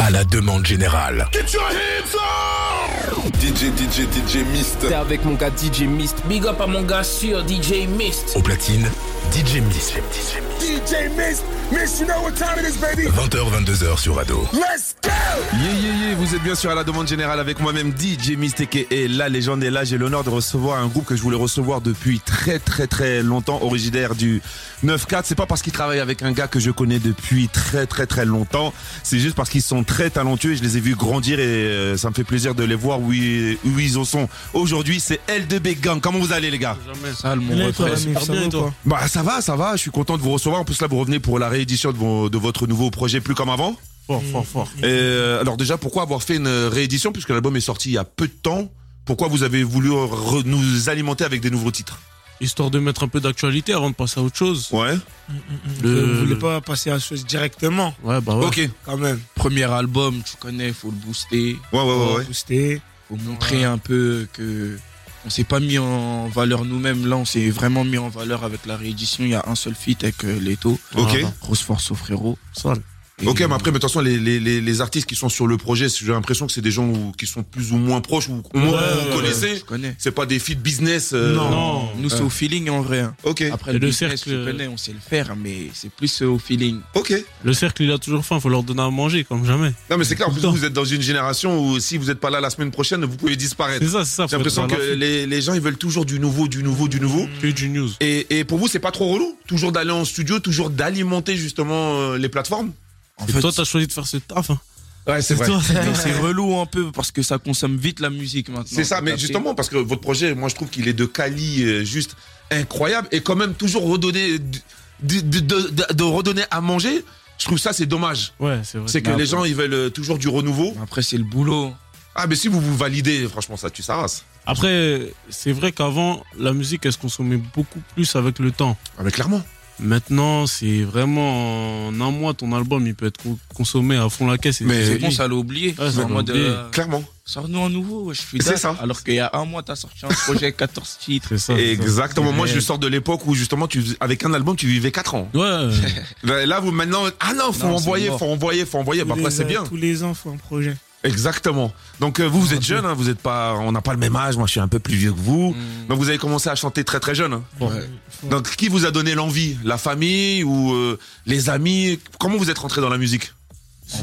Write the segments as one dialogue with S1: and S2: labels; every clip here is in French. S1: à la demande générale.
S2: Get your hands up! DJ, DJ, DJ Mist.
S3: T'es avec mon gars DJ Mist.
S4: Big up à mon gars sûr, DJ Mist.
S1: Au platine, DJ Mist.
S2: DJ Mist. Mist, you know what time it is, baby.
S1: 20h, 22h sur Ado.
S2: Let's go!
S5: Yeah, yeah, yeah, vous êtes bien sûr à la demande générale avec moi-même DJ Mystique et la légende. Et là, j'ai l'honneur de recevoir un groupe que je voulais recevoir depuis très, très, très longtemps, originaire du 9-4. C'est pas parce qu'ils travaillent avec un gars que je connais depuis très, très, très longtemps. C'est juste parce qu'ils sont très talentueux et je les ai vus grandir et euh, ça me fait plaisir de les voir où ils, où ils en sont. Aujourd'hui, c'est L2B Gang. Comment vous allez, les gars? Bah, ça va, ça va. Je suis content de vous recevoir. En plus, là, vous revenez pour la réédition de, vos- de votre nouveau projet, plus comme avant.
S6: Fort, fort, fort.
S5: Et, euh, alors déjà, pourquoi avoir fait une euh, réédition puisque l'album est sorti il y a peu de temps Pourquoi vous avez voulu re- nous alimenter avec des nouveaux titres
S6: Histoire de mettre un peu d'actualité avant de passer à autre chose.
S5: Ouais.
S6: Le-
S7: Je voulais pas passer à la chose directement,
S6: Ouais, bah ouais.
S5: Ok. Ouais,
S7: quand même.
S8: Premier album, tu connais, faut le booster,
S5: ouais, ouais. ouais.
S7: Booster.
S8: faut montrer un peu que on s'est pas mis en valeur nous-mêmes. Là, on s'est vraiment mis en valeur avec la réédition. Il y a un seul feat avec euh, Leto.
S5: Ok.
S8: Grosse force au frérot.
S6: Sale.
S8: Et- euh,
S5: Ok, mais après, mais attention, les, les, les, les artistes qui sont sur le projet, j'ai l'impression que c'est des gens où- qui sont plus ou moins proches ou au moins vous
S6: ouais,
S5: connaissez.
S8: Je connais.
S5: C'est pas des feats business. euh,
S6: Non.
S8: Nous, c'est au feeling en vrai. hein.
S5: Ok,
S8: Après,
S6: Et
S8: le
S6: le
S8: business,
S6: cercle-
S8: tu connais, on sait le faire, mais c'est plus euh, au feeling.
S5: ok.
S6: Le cercle, il a toujours faim, faut leur donner à manger comme jamais.
S5: Non, mais c'est clair, en plus,
S6: Pourtant.
S5: vous êtes dans une génération où si vous n'êtes pas là la semaine prochaine, vous pouvez disparaître.
S6: C'est ça, c'est ça.
S5: J'ai
S6: faut être
S5: l'impression
S6: à la
S5: que
S6: fin.
S5: les, les gens, ils veulent toujours du nouveau, du nouveau, du nouveau.
S6: Que du news.
S5: Et, et pour vous, c'est pas trop relou Toujours d'aller en studio, toujours d'alimenter justement euh, les plateformes
S8: En
S6: Et
S8: fait,
S6: toi, t'as choisi de faire ce taf. hein.
S5: Ouais,
S6: C'est toi.
S8: mais c'est relou un peu parce que ça consomme vite la musique maintenant.
S5: C'est ça,
S8: T'as
S5: mais
S8: capté
S5: justement, parce que votre projet, moi je trouve qu'il est de quali euh, juste incroyable et quand même toujours redonner, du- du- de, de- de- de redonner à manger, je trouve ça c'est dommage.
S6: Ouais, c'est vrai.
S5: C'est que
S8: bah,
S5: les
S8: ouais.
S5: gens ils veulent euh, toujours du renouveau.
S8: Après, c'est le boulot.
S5: Ah, mais si vous vous validez, franchement, ça tue sa race.
S6: Après, c'est vrai qu'avant, la musique, elle se consommait beaucoup plus avec le temps.
S5: Ah, mais clairement.
S6: Maintenant, c'est vraiment en un mois, ton album, il peut être con- consommé à fond la caisse. et
S5: Mais-
S6: tu te
S8: C'est
S6: dis,
S8: bon, ça l'a oublié.
S6: Ouais,
S8: c'est
S6: ça
S8: en
S6: l'a
S8: mode.
S6: oublié.
S8: euh,
S5: Clairement.
S8: Sors-nous un nouveau, ouais, je suis
S5: C'est
S8: dingue.
S5: ça.
S8: Alors qu'il y a un mois, t'as sorti un projet 14 titres.
S6: c'est ça. c'est
S5: Exactement. Moi,
S8: Mais-
S5: je sors de l'époque où justement, tu, avec un album, tu vivais 4 ans.
S6: ça. Ouais.
S5: Là, là, vous maintenant, ah non, faut
S8: Non, c'est
S5: envoyer,
S8: mort.
S5: faut envoyer, faut envoyer. Bah,
S7: Tous
S5: après,
S7: les-
S5: c'est bien.
S7: Tous les ans, faut un projet.
S5: Exactement. Donc euh, vous, vous êtes jeune, hein, vous êtes pas, on n'a pas le même âge. Moi, je suis un peu plus vieux que vous. Donc vous avez commencé à chanter très très jeune. hein.
S6: Mm. Ouais.
S5: Donc qui vous a donné l'envie La famille ou euh, les amis Comment vous êtes rentré dans la musique
S6: C'est-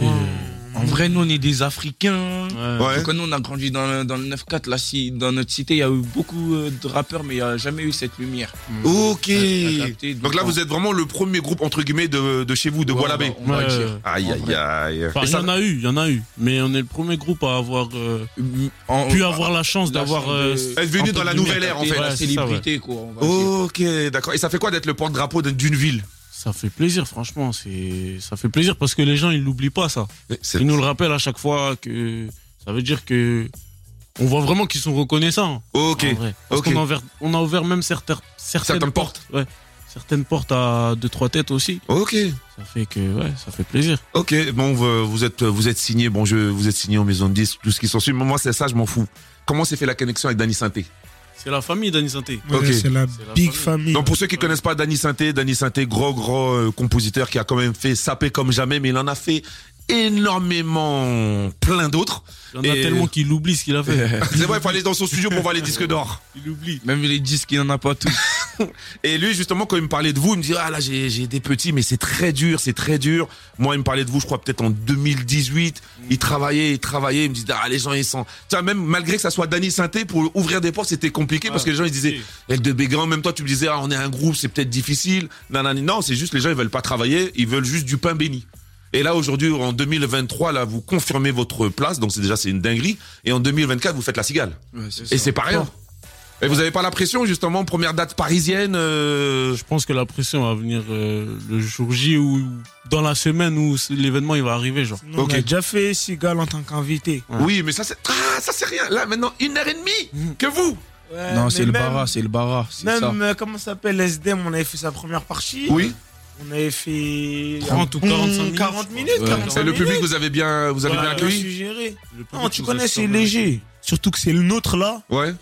S8: En vrai, nous, on est des Africains.
S6: Ouais.
S8: Donc, nous, on a grandi dans le, dans le 9-4. Là, si, dans notre cité, il y a eu beaucoup euh, de rappeurs, mais il n'y a jamais eu cette lumière.
S6: Mm.
S5: Ok.
S8: T'as capté,
S5: Donc là, vous êtes vraiment le premier groupe entre guillemets de, de chez vous, de
S8: Ouais,
S5: Gualabé.
S8: on va- on va
S6: Ouais. bah,
S8: le dire.
S5: Aïe
S8: En
S5: aïe
S8: vrai.
S5: aïe.
S6: Enfin,
S5: Et
S6: il y
S5: ça-
S6: en a eu, il y en a eu. Mais on est le premier groupe à avoir euh,
S5: Oh,
S8: En-
S6: pu
S8: en-
S6: avoir la chance
S8: la
S6: d'avoir.
S8: chance
S6: euh,
S8: de-
S5: Elle est venue
S6: un
S5: dans
S6: peu
S5: la
S6: de
S5: nouvelle
S6: lumière.
S5: ère en
S8: Et
S5: fait. Oh.
S6: Ouais,
S8: la
S6: c'est ça,
S8: célébrité, quoi. on va dire.
S5: Ok, d'accord. Et ça fait quoi d'être le porte-drapeau d'une ville
S6: Ça fait plaisir, franchement. C'est, ça fait plaisir parce que les gens, ils l'oublient pas ça.
S5: C'est-
S6: Ils nous le rappellent à chaque fois que ça veut dire que on voit vraiment qu'ils sont reconnaissants.
S5: Ok.
S6: en vrai. Parce
S5: ok.
S6: qu'on a ouvert, on a ouvert même certaines, certaines,
S5: Certaines portes.
S6: Ouais. Certaines portes à deux trois têtes aussi.
S5: Ok.
S6: Ça fait que ouais, ça fait plaisir.
S5: Ok, bon, vous vous êtes, vous êtes signé, bon, je, vous êtes signé en maison de 10, tout ce qui s'en suit. Mais Moi, c'est ça, je m'en fous. Comment s'est fait la connexion avec Danny Sainté
S6: C'est la famille Dani Santé.
S7: Ouais,
S5: Ok.
S7: C'est la
S6: C'est la famille.
S7: big famille.
S5: Donc, pour ceux qui connaissent pas Danny Sainté, Danny Sainté, gros, gros euh, compositeur qui a quand même fait saper comme jamais, mais il en a fait énormément plein d'autres.
S6: Il y en a
S5: Et-
S6: tellement qui l'oublient ce qu'il a fait.
S5: C'est vrai, il faut aller dans son studio pour voir les disques d'or.
S6: Il oublie.
S8: Même les disques, il n'en a pas tous.
S5: Et lui, justement, quand il me parlait de vous, il me dit, ah là, j'ai j'ai des petits, mais c'est très dur, c'est très dur. Moi, il me parlait de vous, je crois, peut-être en 2018. Il travaillait, il travaillait, il me dit, ah, les gens, ils sont... Tiens, même malgré que ça soit Danny Sainté, pour ouvrir des portes, c'était compliqué parce que les gens, ils disaient, L2B Grand, même toi, tu me disais, ah, on est un groupe, c'est peut-être difficile. Nanani. Non, c'est juste, les gens, ils veulent pas travailler, ils veulent juste du pain béni. Et là, aujourd'hui, en 2023, là, vous confirmez votre place, donc c'est déjà, c'est une dinguerie. Et en 2024, vous faites la cigale.
S8: Ouais, c'est
S5: Et
S8: ça.
S5: c'est pas rien. Et vous avez pas la pression, justement, première date parisienne, euh,
S6: Je pense que la pression va venir euh, le jour J ou dans la semaine où c- l'événement il va arriver genre.
S7: Nous,
S5: Ok.
S7: On a déjà fait Sigal en tant qu'invité.
S6: Ouais.
S5: Oui, mais ça c'est ah, ça c'est rien. Là maintenant une heure et demie que vous.
S8: Non, c'est le bara,
S7: barras.
S8: c'est le bara. C'est
S7: Même,
S8: ça.
S7: euh, comment ça s'appelle, SDM, on avait fait sa première partie.
S5: Oui.
S7: On avait fait.
S6: 30 ou
S7: Bon,
S6: 45 minutes,
S7: 40
S6: je
S7: minutes,
S8: crois.
S7: 45
S5: Euh, Et le public
S7: minutes.
S5: vous avez bien vous avez
S6: Ouais,
S5: bien
S7: Bien
S5: accueilli.
S7: suggéré.
S6: Le public
S7: Non, tu
S6: nous
S7: connais,
S6: a
S7: c'est
S6: sûrement-
S7: léger. Surtout que c'est le nôtre là.
S5: Ouais.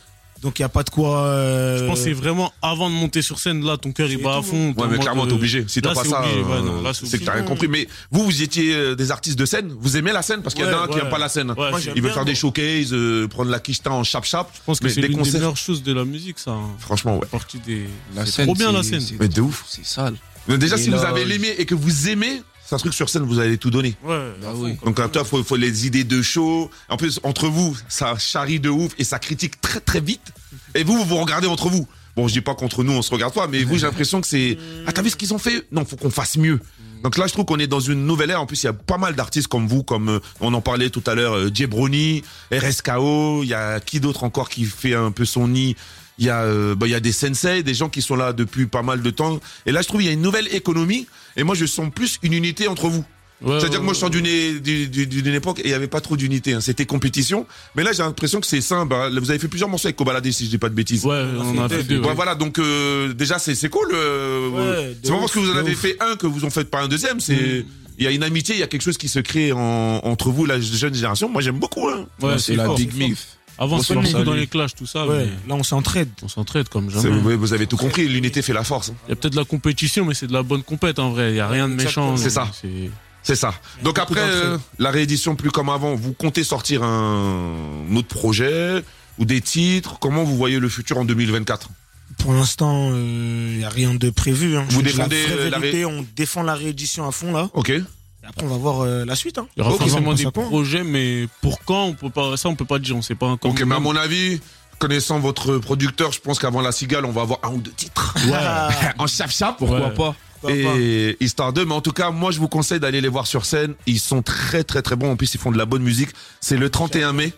S7: Donc il n'y a pas de quoi. euh,
S6: Je pense que c'est vraiment avant de monter sur scène, là, ton cœur il
S7: C'est
S6: bat à
S7: tout.
S6: fond.
S5: Ouais, mais clairement, t'es obligé. Si t'as
S6: Là,
S5: pas
S6: c'est
S5: ça,
S6: obligé, ouais,
S5: euh,
S6: non, là, c'est
S5: c'est que t'as
S6: obligé.
S5: rien compris. Mais vous, vous étiez euh, des artistes de scène. Vous aimez la scène parce qu'il y en a
S6: Ouais,
S5: un qui
S6: ouais.
S5: aime pas la scène.
S6: Ouais,
S7: Moi,
S6: je
S7: j'aime
S5: Il veut
S7: bien,
S5: faire des
S7: moi.
S5: showcases, euh, prendre la quicheta en chap-chap.
S6: Je pense que
S5: Mais
S6: c'est
S5: des
S6: l'une des
S5: concerts-
S6: meilleures choses de la musique, ça. hein.
S5: Franchement, ouais.
S6: Partie des.
S8: La
S6: c'est
S8: scène,
S6: trop bien la
S8: c'est-
S6: scène.
S8: c'est-
S5: Mais de ouf.
S8: C'est sale.
S5: Mais déjà,
S8: Et
S5: si vous
S8: là,
S5: avez
S8: je-
S5: l'aimé et que vous aimez, c'est un truc sur scène, vous allez tout donner.
S6: Ouais.
S8: Bah oui.
S5: Donc, comme toi, faut, faut les idées de show. En plus, entre vous, ça charrie de ouf et ça critique très très vite. Et vous, vous vous regardez entre vous. Bon, je dis pas qu'entre nous, on se regarde pas, mais vous, j'ai l'impression que c'est. Ah, t'as vu ce qu'ils ont fait Non, faut qu'on fasse mieux. Donc là, je trouve qu'on est dans une nouvelle ère. En plus, il y a pas mal d'artistes comme vous, comme euh, on en parlait tout à l'heure, euh, Jay Brownie, RSKO. Il y a qui d'autre encore qui fait un peu son nid Il y a, euh, bah, il y a des sensei, des gens qui sont là depuis pas mal de temps. Et là, je trouve qu'il y a une nouvelle économie. Et moi, je sens plus une unité entre vous. C'est-à-dire que moi, je sors d'une é- du- du- d'une époque et il n'y avait pas trop d'unité. hein. C'était compétition. Mais là, j'ai l'impression que c'est simple. hein. Vous avez fait plusieurs morceaux avec Kobalade, si je dis pas de bêtises.
S6: Ouais, on en a fait deux.
S5: Ouais,
S6: ouais.
S5: Voilà, donc euh, déjà, c'est c'est cool. euh,
S7: Ouais,
S5: c'est
S7: de
S5: pas
S7: ouf,
S5: parce que vous en
S7: de
S5: avez
S7: ouf. Mm.
S5: fait un que vous en faites pas un deuxième. C'est Il y a une amitié, il y a quelque chose qui se crée en- entre vous, la jeune génération. Moi, j'aime beaucoup. hein.
S6: Ouais,
S8: c'est la
S6: fort.
S8: Big Mif.
S6: Avant,
S8: Moi,
S6: c'était
S8: c'est
S6: beaucoup
S8: Marseille.
S6: dans les clashs, tout ça.
S7: Ouais,
S6: mais
S7: là on s'entraide.
S6: On s'entraide comme
S7: Ah
S5: C'est-
S6: jamais.
S5: vous- Vous avez tout compris. L'unité fait la force. hein.
S6: Il y a peut-être de la compétition, mais c'est de la bonne compète en vrai. Il n'y a rien de méchant.
S5: C'est
S6: donc
S5: ça. C'est ça. Donc
S7: beaucoup
S5: après
S7: d'entrées.
S5: euh, la réédition plus comme avant, vous comptez sortir un, un autre projet ou des titres Comment vous voyez le futur en 2024
S7: Pour l'instant, il n'y a rien de prévu. hein.
S5: Vous
S7: Je dis
S5: défendez,
S7: la, vraie
S5: euh, la
S7: vérité, On défend la réédition à fond là.
S5: Ok.
S7: Et après, on va voir euh, la suite. hein.
S6: Il y aura
S5: Ok,
S6: forcément
S7: on
S6: des
S7: pense à quoi
S6: projets, mais pour quand on peut pas, Ça, on peut pas dire. On sait pas encore.
S5: Ok, mais à mon avis, connaissant votre producteur, je pense qu'avant la cigale, on va avoir un ou deux titres. en chap-chap.
S6: Pourquoi
S8: Pourquoi pas
S7: Pourquoi pas.
S5: Et Histoire 2, mais en tout cas, moi je vous conseille d'aller les voir sur scène. Ils sont très très très bons. En plus, ils font de la bonne musique. C'est le 31 mai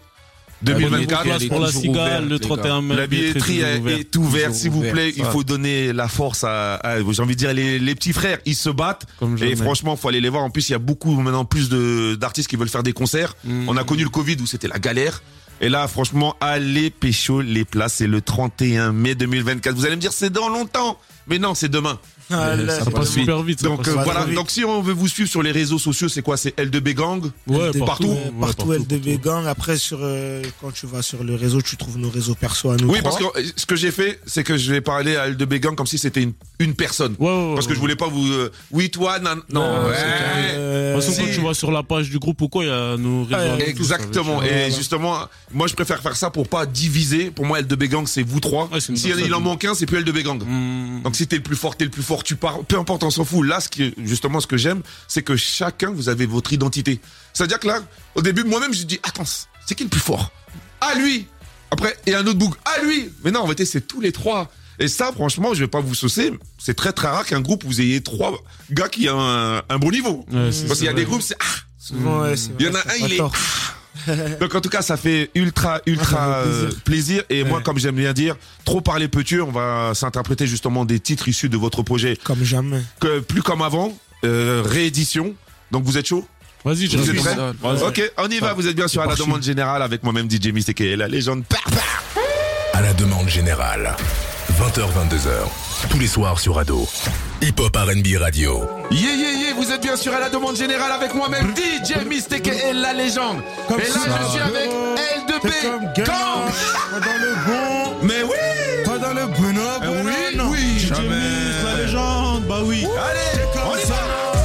S8: Bonne
S5: 2024.
S8: place
S6: pour la
S8: toujours
S6: cigale,
S8: ouverte,
S6: le
S8: les
S6: 31 mai.
S5: La billetterie
S6: est
S5: est,
S6: toujours ouverte.
S5: est ouverte,
S8: Toujours
S5: s'il vous
S8: ouverte,
S5: plaît. Il
S8: ça.
S5: faut donner la force à, à- j'ai envie de dire, les, les petits frères. Ils se battent.
S6: Comme
S5: Et
S6: jamais.
S5: franchement, faut aller les voir. En plus, il y a beaucoup maintenant plus de d'artistes qui veulent faire des concerts.
S6: Mmh.
S5: On a connu le Covid où c'était la galère. Et là, franchement, allez pécho les places. C'est le 31 mai 2024. Vous allez me dire, c'est dans longtemps. Mais non, c'est demain.
S7: Ah,
S6: Euh,
S7: là,
S6: Ça
S7: c'est
S6: passe
S7: pas mal.
S6: super vite. ça
S5: Donc
S6: passe
S5: euh,
S6: super
S5: voilà.
S6: vite.
S5: Donc si on veut vous suivre sur les réseaux sociaux, c'est quoi C'est L2B Gang.
S6: Ouais,
S7: LDB,
S6: partout.
S7: euh,
S6: Ouais,
S7: partout,
S6: partout,
S7: LDB Gang. Après, sur, euh, quand tu vas sur le réseau, tu trouves nos réseaux perso à nous.
S5: Oui,
S7: trois.
S5: parce que euh, ce que j'ai fait, c'est que je vais parler à L2B Gang comme si c'était une, une personne.
S6: Ouais, ouais, ouais,
S5: Parce que je voulais pas vous. euh, oui, toi, nan, non.
S7: Euh,
S5: ouais.
S6: De
S7: euh,
S6: toute façon, quand
S5: Si.
S6: tu vas sur la page du groupe ou quoi, il y a nos réseaux. à nous tous,
S5: Exactement.
S6: ça veut dire.
S5: Et justement, moi, je préfère faire ça pour pas diviser. Pour moi, L2B Gang, c'est vous trois.
S6: Ouais, c'est une
S5: S'il y en a- il en
S6: personne.
S5: manque un, c'est plus L2B Gang.
S6: Mmh.
S5: Donc si t'es le plus fort, t'es le plus fort, tu pars. Peu importe, on s'en fout. Là, ce qui est- justement, ce que j'aime, c'est que chacun, vous avez votre identité. C'est-à-dire que là, au début, moi-même, je dis, attends, c'est qui le plus fort Ah lui Après, et un autre bouc, ah lui Mais non, en fait, c'est tous les trois. Et ça, franchement, je vais pas vous saucer. C'est très très rare qu'un groupe, vous ayez trois gars qui ont un, un bon niveau.
S6: Ouais, c'est-
S5: Parce qu'il y a
S6: c'est
S5: des
S6: vrai.
S5: groupes, c'est... Ah
S7: souvent, ouais, c'est
S5: Il y en
S7: vrai,
S5: a
S7: t'as
S5: un,
S7: pas
S5: il est-
S7: tort.
S5: donc en tout cas, ça fait ultra ultra
S7: Ah, ça fait
S5: euh,
S7: plaisir.
S5: plaisir. Et moi,
S7: Ouais.
S5: comme j'aime bien dire, trop parler peu tuer. On va s'interpréter justement des titres issus de votre projet,
S7: Comme jamais.
S5: que plus comme avant, euh, réédition. Donc vous êtes chaud
S6: Vas-y, je
S5: Vous êtes
S6: réponds.
S5: prêts
S6: Vas-y.
S5: Ok, on y va. Vous êtes bien sûr à la demande générale avec moi-même DJ Mystique et la légende. Pa, pa.
S1: À la demande générale. 20h-22h. Tous les soirs sur Ado. Hip Hop R&B Radio.
S5: Yeah, yeah, yeah, vous êtes bien sûr à la demande générale avec moi-même, DJ Mystique et la légende.
S7: Comme
S5: et là,
S7: ça.
S5: je suis avec L2B. Gang.
S7: Gang. Pas dans le bon,
S5: Mais oui
S7: pas dans le bon.
S5: Eh
S7: bon,
S5: Oui,
S7: non.
S5: oui
S9: la légende, bah oui.
S5: Allez, on y
S9: ça.
S5: Oh,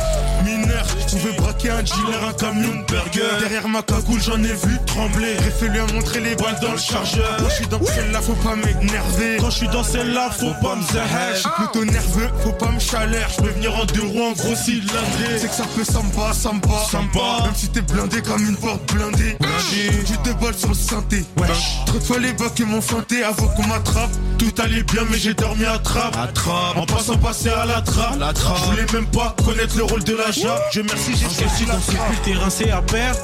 S5: va
S9: Mineur, je pouvais braquer un dealer, un camion de burger. Derrière ma cagoule, j'en ai vu trembler. J'ai lui à montrer les balles dans le chargeur. Quand je suis dans celle-là, faut pas m'énerver. Quand je suis dans celle-là, faut pas me zaher. Je suis plutôt nerveux, faut pas me chaler. Je peux venir en deux roues, en gros cylindré. C'est que ça fait samba, samba, samba. Même si t'es blindé comme une porte blindée. Tu déballes sur le synthé. Wesh. Trop de fois les bacs et mon fanté avant qu'on m'attrape. Tout allait bien, mais j'ai dormi à trappe. En passant passer à la trappe. Je voulais même pas connaître le rôle de la jappe. Je merci, j'ai choisi la trappe.
S10: T'es rincé à perte,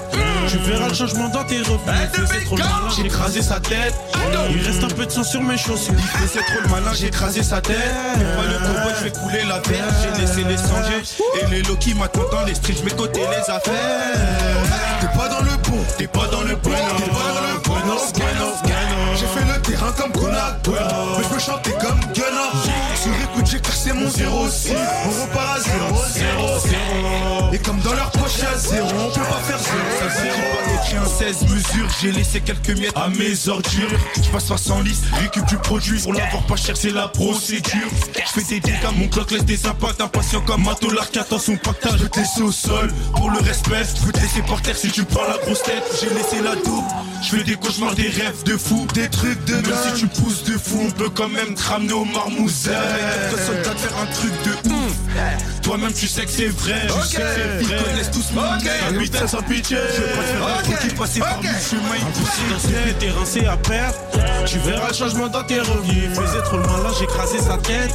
S10: tu verras le changement dans tes reflets. C'est trop le malin, j'ai écrasé sa tête. Il reste un peu de sang sur mes chaussures. C'est trop le malin, j'ai écrasé sa tête. Moi le combat, je vais couler la terre. J'ai laissé les sangers et les Loki maintenant dans les streets, je mets côté les affaires.
S9: T'es pas dans le pot, t'es pas dans le pot, t'es pas dans le pot, non, non, non. J'ai fait le terrain comme Konak, mais je peux chanter comme Gunnar. Sur écoute, j'ai cassé mon 06, on repart à 0, 0, 0. Et comme dans leur poche, y'a 0, on peut pas faire 0, ça veut dire pas écrit un 0. 16 mesures, j'ai laissé quelques miettes à mes ordures. Je passe face en lice, récup du produit. Pour l'avoir pas cher, c'est la procédure. Je fais des dégâts, mon clock laisse des impacts. Impatient comme un dollar 14, on pactage. Je te laisse au sol pour le respect. Je veux te laisser par terre si tu prends la grosse tête. J'ai laissé la double. Je fais des cauchemars, des rêves de fou. Des trucs de Même si tu pousses de fou, on peut quand même te ramener au marmouset. Toi seul, t'as de faire un truc de ouf. Toi-même, tu sais que c'est vrai. Tu sais que c'est vrai. Mm. Ils connaissent tous mon gars. Un putain sans pitié. Je préfère être qui passer par mon chemin. Impoussé dans ce pays, t'es rincé à perdre. Tu verras le changement dans tes revenus. Il faisait trop le malin, j'ai écrasé sa tête.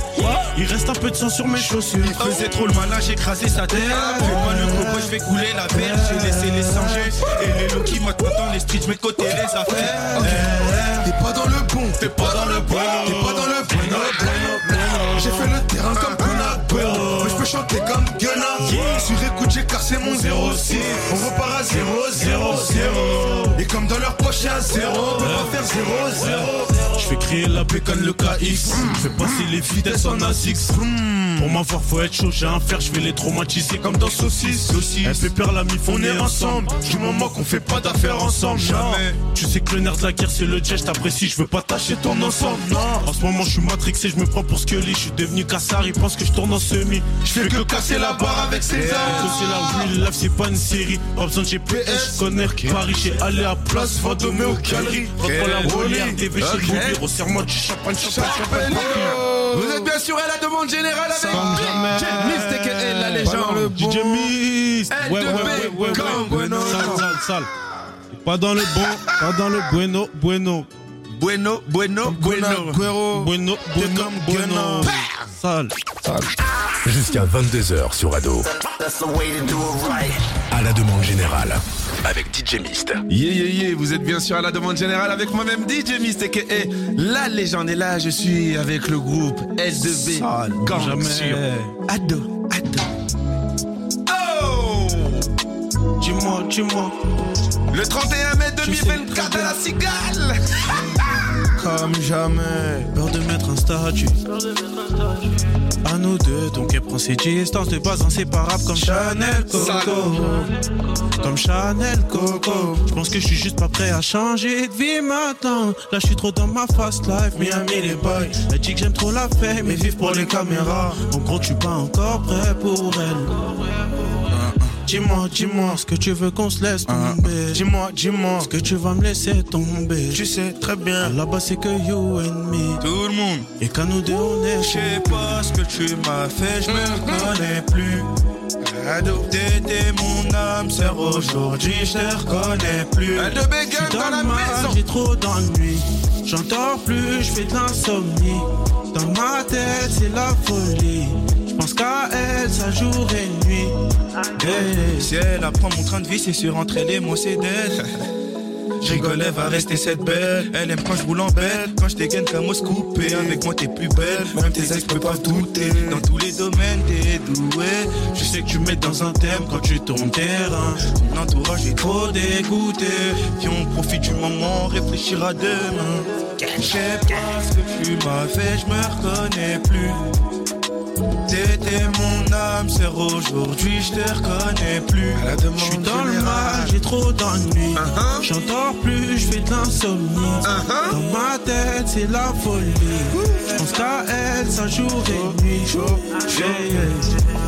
S9: Il reste un peu de sang sur mes chaussures. Ah Il faisait trop le malin, j'ai écrasé sa tête. Fais-moi le coco, je vais couler la verre. J'ai laissé les sangers et les lots qui m'attendent. Les streets, je mets de côté les affaires.
S11: T'es pas dans le bon,
S9: T'es pas dans le bon,
S11: t'es pas dans le bon. J'ai fait le terrain comme Kunaguero Mais je peux chanter comme Gunna Sur écoute j'ai cassé mon 06 On repart à 0 0 0 Et comme dans leur poche à 0 On peut pas faire 0 0
S9: Je fais créer la pécane le KX Je fais passer les vitesses en ASICS Hmm. Pour m'avoir faut être chaud, j'ai un fer, je vais les traumatiser comme dans saucisse Elle fait peur la mif, on est ensemble Je m'en moque, on fait pas d'affaires ensemble Jamais Tu sais que le nerf de la guerre c'est le jet, je t'apprécie, je veux pas tâcher ton ensemble Non En ce moment je suis matrixé, je me prends pour Scully Je suis devenu cassard, ils pensent que je tourne en semi Je fais que casser la barre avec ses armes c'est la rue, lave c'est pas une série Pas besoin de GPS, je connais Paris J'ai allé à place, Vendôme au Calry Rentre la Rolling, TV chez Bouvier Resserre-moi du champagne, champagne, champagne
S6: Vous êtes bien sûr à la demande générale avec DJ Mist aka la légende.
S7: le DJ Mist
S6: L2B,
S7: Ouais, ouais, ouais, ouais, ouais.
S6: gang, bueno.
S7: Sale, sale, sale. Pas dans le bon, pas dans le bueno, bueno.
S6: Bueno, bueno, bueno.
S7: Bueno, bueno, bueno. Sale.
S1: Jusqu'à 22h sur Ado. À la demande générale. Avec DJ Mist.
S5: Yeah, yeah, yeah, vous êtes bien sûr à la demande générale avec moi-même DJ Mist et la légende est là, je suis avec le groupe S2B. Gang
S7: Jamais.
S5: sur Ado, Ado. Oh
S7: Dis-moi, dis-moi.
S5: Le 31 mai 2024 à la cigale
S8: Ah. Comme jamais.
S7: Peur de mettre un statut. À nous deux, donc elle prend ses distances de base inséparables comme Chanel Coco. Comme Chanel Coco. Je pense que je suis juste pas prêt à changer de vie maintenant. Là, je suis trop dans ma fast life. Miami les boys. Elle dit que j'aime trop la fame mais vive pour les caméras. En gros, je suis pas encore prêt pour elle. Dis-moi, dis-moi ce que tu veux qu'on se laisse tomber. Dis-moi, dis-moi ce que tu vas me laisser tomber.
S8: Ah. Tu sais très bien.
S7: Là-bas, c'est que you and me.
S8: Tout le monde.
S7: Et qu'à nous deux, on est
S8: Je
S7: chez
S8: sais pas ce que tu m'as fait, je me reconnais plus. Ado, t'étais mon âme sœur, aujourd'hui je te reconnais plus.
S5: Ado Béguin dans la
S7: le mal,
S5: maison
S7: J'ai trop d'ennui. J'entends plus, je fais de l'insomnie. Dans ma tête, c'est la folie. Je pense qu'à elle, ça jour et nuit. Eh. Hey.
S8: Si elle apprend mon train de vie, c'est sûr, entre elle et moi, c'est d'elle. Je rigole, elle va rester cette belle. Elle aime quand je roule en belle. Quand je dégaine comme au coupé. Avec moi, t'es plus belle. Même tes ex peuvent pas douter. Dans tous les domaines, t'es doué.
S7: Je sais que tu mets dans un thème quand tu tournes terrain.
S8: Mon entourage est trop dégoûté. Puis on profite du moment, on réfléchira demain. Je sais pas ce que tu m'as fait, je me reconnais plus. T'étais mon âme, sœur, aujourd'hui je te reconnais plus.
S7: Je suis dans le mal, j'ai trop d'ennui.
S5: Uh-huh.
S7: J'entends plus, je fais de l'insomnie.
S5: Uh-huh.
S7: Dans ma tête, c'est la folie. Je pense qu'à elle, ça jour et nuit. Hey, hey.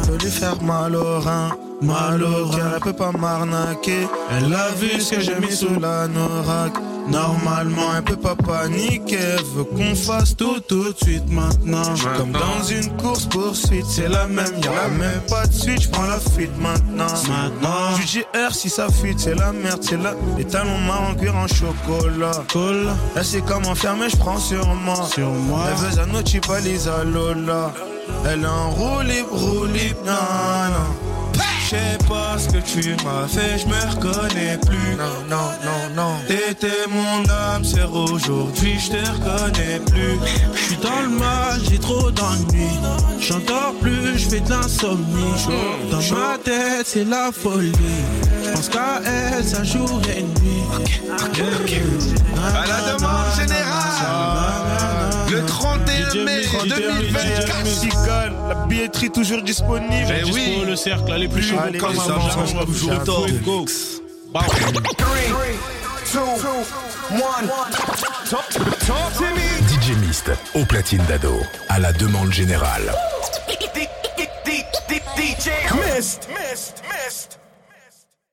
S8: Je peux lui faire mal au rein, mal au rein. Elle peut pas m'arnaquer. Elle a vu ce que j'ai mis sous l'anorak. Normalement, elle peut pas paniquer. Elle veut qu'on fasse tout tout de suite maintenant. Je suis comme dans une course poursuite, c'est la même. Y'a même pas de suite, je prends la fuite maintenant.
S7: Maintenant.
S8: Du GR, si ça fuite, c'est la merde, c'est la. Les talons marrons cuir en chocolat.
S7: Cool
S8: Elle sait comment faire, mais je prends sur moi.
S7: sur moi.
S8: Elle veut un autre chip à Lisa Lola. Elle enroule, roule, nana. Je sais pas ce que tu m'as fait, je me reconnais plus. Non, non, non, non. T'étais mon âme, c'est aujourd'hui, je te reconnais plus.
S7: Je suis dans le mal, j'ai trop d'ennui. J'entends plus, je fais de l'insomnie. Dans ma tête, c'est la folie. Je pense qu'à elle, ça jour et nuit.
S5: À la demande générale Le 31 mai 2024
S8: Cigale, la billetterie toujours disponible.
S5: Eh oui
S7: le cercle, allez plus chaud
S8: Allez,
S5: comme
S8: les
S5: avant,
S8: enfants,
S5: toujours
S8: j'avoue.
S5: tort.
S6: Bah,
S1: DJ Mist, au platine d'ado, à la demande générale.
S12: DJ Mist, Mist, Mist.